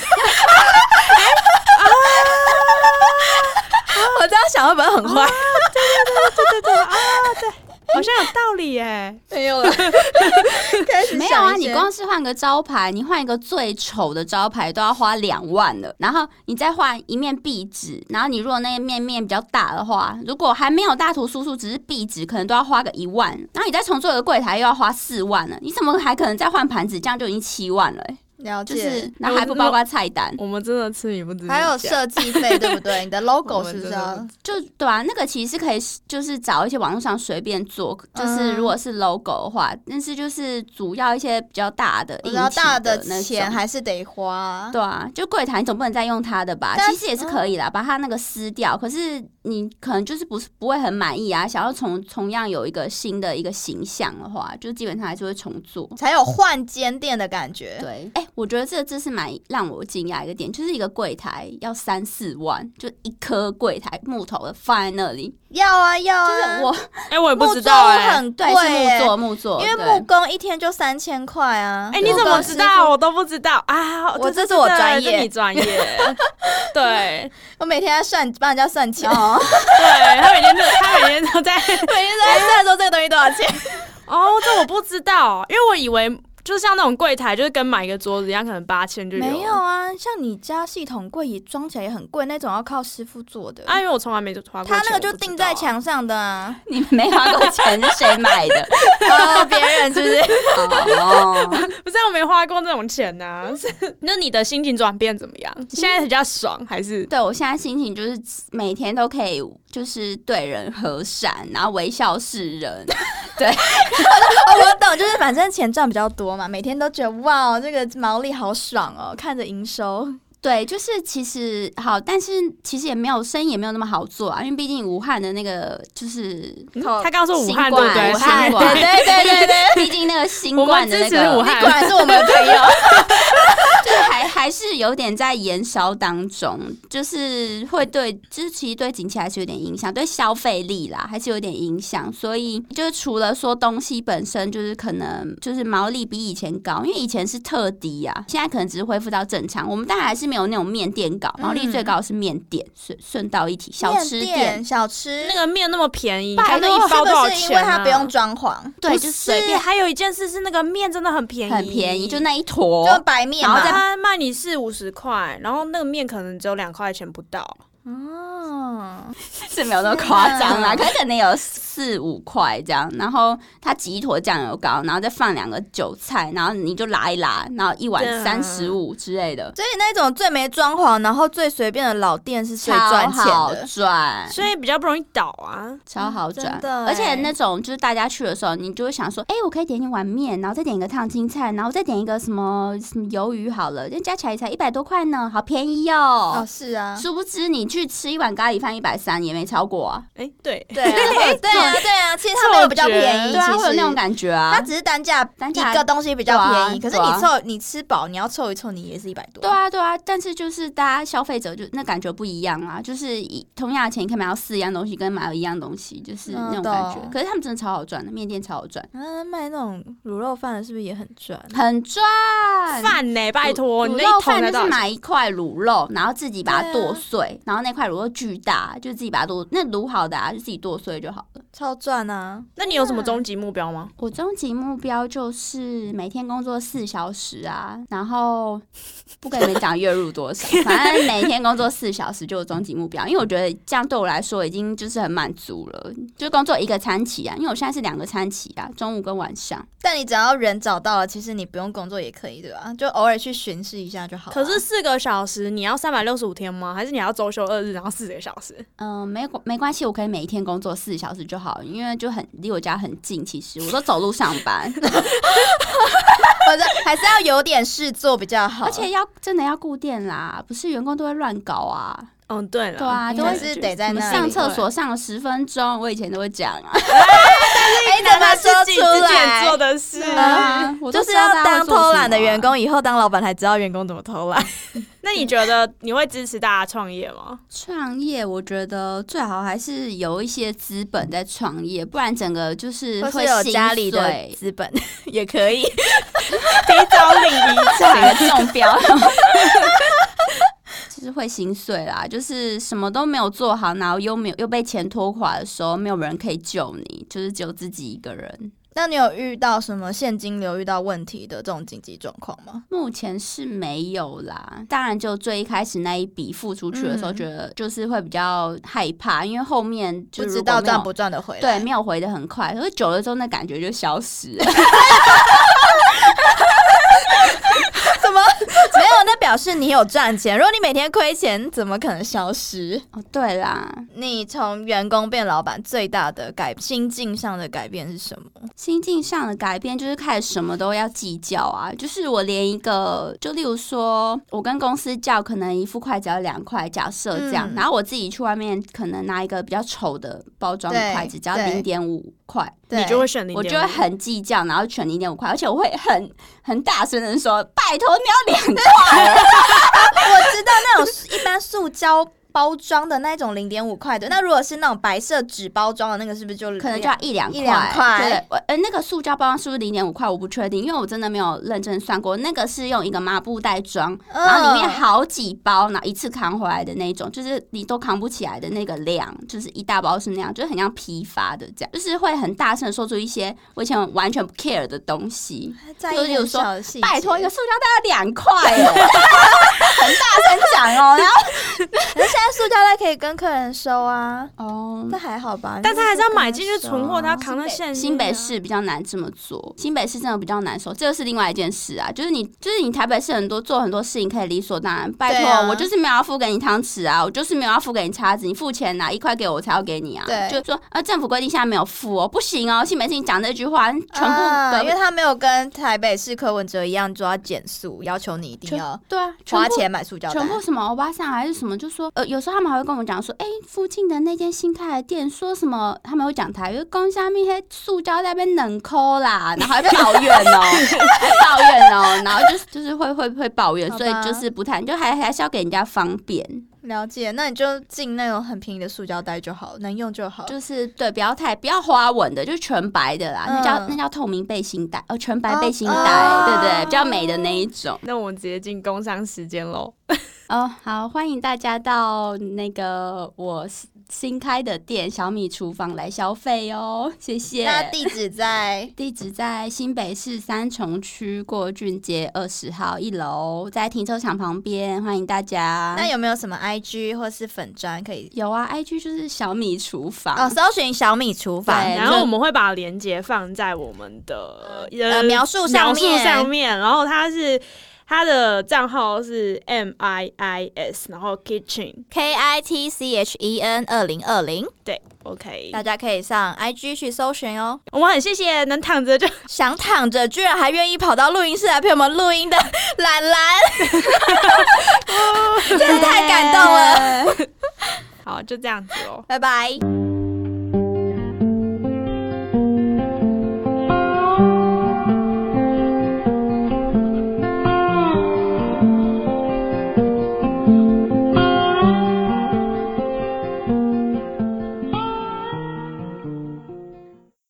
我这样想会不会很坏？对对对对
好像有道理耶。
没有 了，开始
没有啊，你光是换个招牌，你换一个最丑的招牌都要花两万了，然后你再换一面壁纸，然后你如果那个面面比较大的话，如果还没有大图输出，只是壁纸，可能都要花个一万，然后你再重做一个柜台又要花四万了，你怎么还可能再换盘子？这样就已经七万了欸、
了
就
解，
是嗯那还不包括 菜单，
我们真的吃米不知米
还有
价
设计费对不对？你的 logo 是不是
我
要
们真的
就对啊，那个其实是可以，就是找一些网络上随便做，就是
嗯
如果是 logo 的话，但是就是主要一些比较大的，
比较大
的
的
那
钱
种
还是得花啊。
对啊，就柜台你总不能再用它的吧？
但哦
其实也是可以啦，把它那个撕掉。可是你可能就是不是不会很满意啊，想要重同样有一个新的一个形象的话，就基本上还是会重做。
才有换间店的感觉。
对，哎、我觉得这这是蛮让我惊讶一个点，就是一个柜台要三四万，就一颗柜台木头的放在那里，
要啊要
就
啊，
是我
哎、我也
木
不知
钟
道哎、
很
对
贵耶
是木，作木作，
因为
对
木工一天就三千块啊。
哎、你怎
木
么
工
知
师
道？
傅？
我都不知道啊！
我
这
这是我专
这
业
你专业。 对
我每天在算帮人家算钱，我
对，他每天都他每天都在
每天都在算说这个东西多少钱。
哦，这我不知道，因为我以为就像那种柜台，就是跟买一个桌子一样，可能八千就
没有
有了。
啊，像你家系统柜也装起来也很贵，那种要靠师傅做的。
啊，因为我从来没花过钱。
他那个
我
就
不知
钉
道啊
在。墙上的啊，
你没花过钱是谁买的？
哦，别人是不是？
哦，
不是啊我没花过那种钱 呐、是那你的心情转变怎么样？现在比较爽还是？
对我现在心情就是每天都可以，就是对人和善，然后微笑示人。
哦，我懂，就是反正钱赚比较多嘛，每天都觉得哇，这个毛利好爽哦，看着营收。
对，就是其实好，但是其实也没有生意也没有那么好做啊，因为毕竟武汉的那个就是
嗯
好
他刚说武
新
汉
冠，
对不对？
武汉
新
对
冠
对对对对，
毕竟那个新
我
冠
们
的
支
那
持
个
武
果
汉。
然是我们的 朋友。
对，还还是有点在延烧当中，就是会对，就是其实对景气还是有点影响，对消费力啦还是有点影响。所以就是除了说东西本身就是可能就是毛利比以前高，因为以前是特低啊，现在可能只是恢复到正常。我们当然还是没有那种面店高，
嗯
毛利最高的是面店，顺顺道一提小吃
面店、小吃
那，个面那么便宜，你
拜
看那
托
一包多
是
少
不
钱、啊？
是因为它不用装潢，
对，
不
就是随便
还有一件事是，那个面真的很便宜，
很便宜，就那一坨，
就白面
然后再
嘛？
他卖你四五十块，然后那个面可能只有两块钱不到。
哦，
是没有那么夸张啦，
天
可能可能有四五块这样，然后它挤一坨酱油膏，然后再放两个韭菜，然后你就拉一拉，然后一碗
对啊
三十五之类的，
所以那种最没装潢，然后最随便的老店是最赚钱
超好
的。
赚，
所以比较不容易倒啊。
超好赚
真，的欸
而且那种就是大家去的时候，你就会想说，哎、我可以点一碗面，然后再点一个烫青菜，然后再点一个什么什么鱿鱼好了，这加起来才一百多块呢，好便宜
哦，
哦。
是啊，
殊不知你去吃一碗咖喱饭一百三也没超过啊，哦
哎、对，
对啊，会对 啊，对啊，其实它没有比较便宜，
对啊，
其
会有
实
那种感觉啊。
它只是单价
单价
一个东西比较便宜，
对
可是
啊对啊
你凑你吃饱，你要凑一凑，你也是一百多。
对，啊，对啊，但是就是大家消费者就那感觉不一样啊，就是一同样的钱你可以买到四样东西，跟买到一样东西，就是
嗯
那种感觉。
懂
可是他们真的超好赚的，面店超好赚，
嗯，卖那种卤肉饭的是不是也很赚？
很赚。
饭呢、拜托，你
卤
那
肉
一桶
饭
才
就
多少钱？
是买一块卤肉，然后自己把它
对啊
剁碎，然后那块卤肉巨大，就自己把它剁，那卤好的啊，就自己剁碎就好了。
超赚啊！
那你有什么终极目标吗？
我终极目标就是每天工作四小时啊，然后不跟你们讲月入多少，反正每天工作四小时就是终极目标，因为我觉得这样对我来说已经就是很满足了，就工作一个餐期啊，因为我现在是两个餐期啊，中午跟晚上。
但你只要人找到了，其实你不用工作也可以，对吧？就偶尔去巡视一下就好啊。
可是四个小时，你要三百六十五天吗？还是你要周休二日，然后四个小时？
嗯，没关没关系，我可以每一天工作四小时就好，因为就很离我家很近，其实我都走路上班，
或者还是要有点事做比较 好，
而且要真的要顾店啦，不是员工都会乱搞啊，
嗯，对了，
对啊，
你
都
还
会
是得在
什么
那
上
里
厕所上了十分钟，我以前都会讲啊。
哎，你
那
怎么
他自
说
己
出
之前做
来？
的事。
啊，我都
就
知
是
道
要
大家
当
会做什么
偷懒的
啊
员。工，以后当老板才知道员工怎么偷懒。
那你觉得你会支持大家创业吗？
创业，我觉得最好还是有一些资本在创业，不然整个就是
或
会
是有
心
家里的
碎
资本 也可以。
提早领遗
整
产，
个中标。是会心碎啦，就是什么都没有做好，然后又没有又被钱拖垮的时候，没有人可以救你，就是只有自己一个人。
那你有遇到什么现金流遇到问题的这种紧急状况吗？
目前是没有啦，当然就最一开始那一笔付出去的时候，
嗯
觉得就是会比较害怕，因为后面就
不
如
知
果
道
没有
赚不赚得回
对
来。，
没有回的很快，可是久了之后那感觉就消失 了。
怎么没有？那表示你有赚钱。如果你每天亏钱，怎么可能消失？
哦，对啦，
你从员工变老板最大的改心境上的改变是什么？
心境上的改变就是开始什么都要计较啊，就是我连一个，就例如说我跟公司叫可能一副筷子要两块，假设这样，
嗯
然后我自己去外面可能拿一个比较丑的包装的
对
筷子，只要
对
零点五块。
你就会选零
我就
点
会
五。
很计较，然后选零点五块，而且我会很很大声的说：“拜托你要两块。
哦我知道那种一般塑胶包装的那种零点五块的，那如果是那种白色纸包装的那个，是不是就”
可能就要一两
一两块
对，我呃，那个塑胶包装是不是零点五块？我不确定，因为我真的没有认真算过。那个是用一个麻布袋装，然后里面
嗯
好几包，然后一次扛回来的那种，就是你都扛不起来的那个量，就是一大包是那样，就是很像批发的这样，就是会很大声地说出一些我以前完全不 care 的东西。
在
就
意
是有
很
时候
小的细节
拜托，一个塑胶袋要两块耶，很 大声讲哦。然后
可是现在塑胶袋可以跟客人收啊，
哦
那，还好吧？
但他还是要买进去
就是跟
存货，
收
他扛到现金啊
新北市比较难这么做，新北市真的比较难收，这个是另外一件事啊。就是你，就是你台北市很多做很多事情可以理所当然，拜托、
对啊
我就是没有要付给你汤匙啊，我就是没有要付给你叉子，你付钱拿一块给我，我才要给你啊。
对
就说呃政府规定现在没有付哦，不行哦。新北市你讲这句话，全部隔壁、
啊，因为他没有跟台北市柯文哲一样就要减速，要求你一定
全
要
对啊，全
花
部
钱买塑胶袋
全。部什么欧巴桑还是什么，就说呃，有时候他们还会跟我讲说，哎、附近的那间新开的店说什么，他们会讲台语，公虾米黑塑胶在那边冷抠啦，然后还抱怨 哦，还抱怨哦，然后就是就是会会会抱怨，
好吧
所以就是不太，就还还是要给人家方便，
了解，那你就进那种很便宜的塑胶袋就好，能用就好。
就是对，不要太不要花纹的，就是全白的啦，那叫
嗯
那叫透明背心带，哦，全白
哦
背心
哦
带，对不对？比较美的那一种。
那我们直接进工商时间喽。
哦，好，欢迎大家到那个我新新开的店小米厨房来消费哦，谢谢。
那地址 在
地址在新北市三重区过俊街二十号一楼，在停车场旁边，欢迎大家。
那有没有什么 IG 或是粉砖可以？
有啊，IG 就是小米厨房，
哦，搜寻小米厨房。
对
然
哎就
后我们会把链接放在我们的
呃描述上
描述
面
上面，然后它是它的账号是 M I I S，然后 Kitchen
K I T C H E N 二零二零，
对，OK，
大家可以上 IG 去搜寻哦。
我们很谢谢能躺着就
想躺着，居然还愿意跑到录音室来陪我们录音的 懒懒，真的太感动了。
了。
好，就这样子哦。
拜拜。